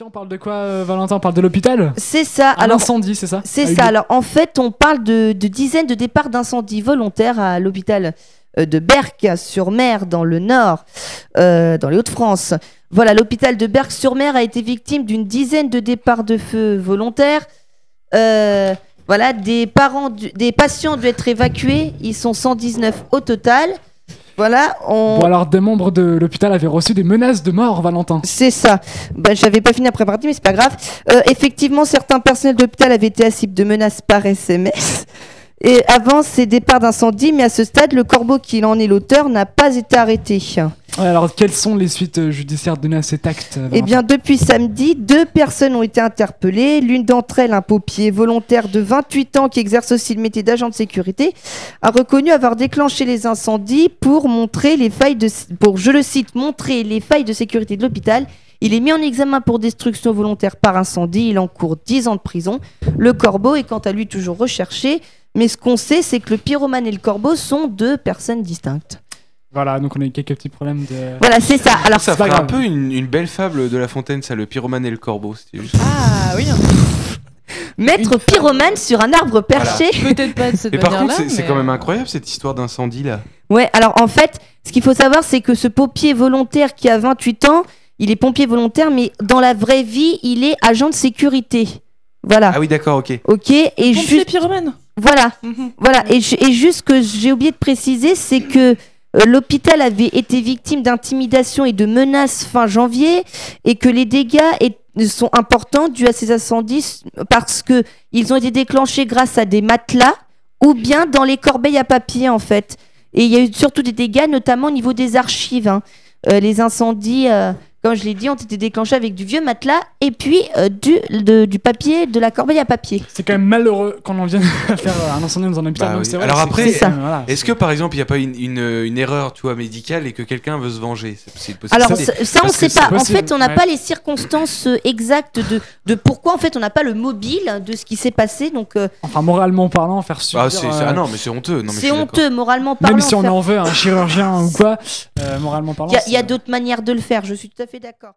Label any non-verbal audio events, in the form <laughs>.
on parle de quoi, euh, Valentin On parle de l'hôpital C'est ça. Un Alors, incendie, c'est Ah ça Ah, c'est À Hugo. ça. Alors, en fait, on parle de, de dizaines de départs d'incendies volontaires à l'hôpital euh, de Berck-sur-Mer, dans le Nord, euh, dans les Hauts-de-France. Voilà, l'hôpital de Berck-sur-Mer a été victime d'une dizaine de départs de feu volontaires. Euh, voilà, des, parents du- des patients ont dû être évacués. Ils sont 119 au total. Voilà, on, Bon, alors des membres de l'hôpital avaient reçu des menaces de mort, Valentin. C'est ça. Bah, J'avais pas fini après partie, mais c'est pas grave. Euh, effectivement, certains personnels d'hôpital avaient été à cible de menaces par SMS. Et avant ces départs d'incendie, mais à ce stade, le corbeau qui en est l'auteur n'a pas été arrêté. Ouais, alors quelles sont les suites euh, judiciaires données à cet acte euh, Eh Valentin bien, depuis samedi, deux personnes ont été interpellées. L'une d'entre elles, un paupier volontaire de 28 ans qui exerce aussi le métier d'agent de sécurité, a reconnu avoir déclenché les incendies pour montrer les failles de, pour, je le cite, montrer les failles de sécurité de l'hôpital. Il est mis en examen pour destruction volontaire par incendie. Il encourt 10 ans de prison. Le corbeau est quant à lui toujours recherché. Mais ce qu'on sait, c'est que le pyromane et le corbeau sont deux personnes distinctes. Voilà, donc on a eu quelques petits problèmes de. Voilà, c'est ça. Alors, Ça c'est pas ferait un grave. peu une, une belle fable de La Fontaine, ça, le pyromane et le corbeau. C'était juste... Ah oui, hein. mettre pyromane sur un arbre perché. peut-être pas de cette Mais par manière-là, contre, c'est- c'est mais, quand même euh, incroyable cette histoire d'incendie là. Ouais, alors en fait, ce qu'il faut savoir, c'est que ce pompier volontaire qui a 28 ans, il est pompier volontaire, mais dans la vraie vie, il est agent de sécurité. Voilà. Ah oui, d'accord, ok. Ok, et Pompier juste. pyromane. Voilà, Mhm. voilà. Et, ju- et juste que j'ai oublié de préciser, c'est que. euh, L'hôpital avait été victime d'intimidation et de menaces fin janvier et que les dégâts est- sont importants dus à ces incendies parce que ils ont été déclenchés grâce à des matelas ou bien dans les corbeilles à papier en fait. Et il y a eu surtout des dégâts, notamment au niveau des archives. hein. Euh, les incendies, euh, comme je l'ai dit, ont été déclenchés avec du vieux matelas et puis euh, du, de- du papier, de la corbeille à papier. C'est quand même malheureux quand on vient <laughs> à faire euh, un incendie dans un hôpital. Bah donc oui. c'est vrai, Alors c'est- après, c'est- ça. voilà, Est-ce c'est- que par exemple, il n'y a pas une, une, une erreur, tu vois, médicale et que quelqu'un veut se venger C'est possible. possible. Alors Ça, ça, ça, on ne parce sait que c'est pas. En possible, fait, on n'a ouais. pas les circonstances euh, exactes de, de pourquoi en fait on n'a pas le mobile de ce qui s'est passé. Donc euh, Enfin, moralement parlant, faire subir. Ah, c'est- c'est- euh, ah non, mais c'est honteux. Non, mais je c'est suis honteux moralement parlant. Même si on faire- en veut à un chirurgien ou quoi, euh, moralement parlant. Il y a- il y a c'est- d'autres manières de le faire. Je suis tout à fait d'accord.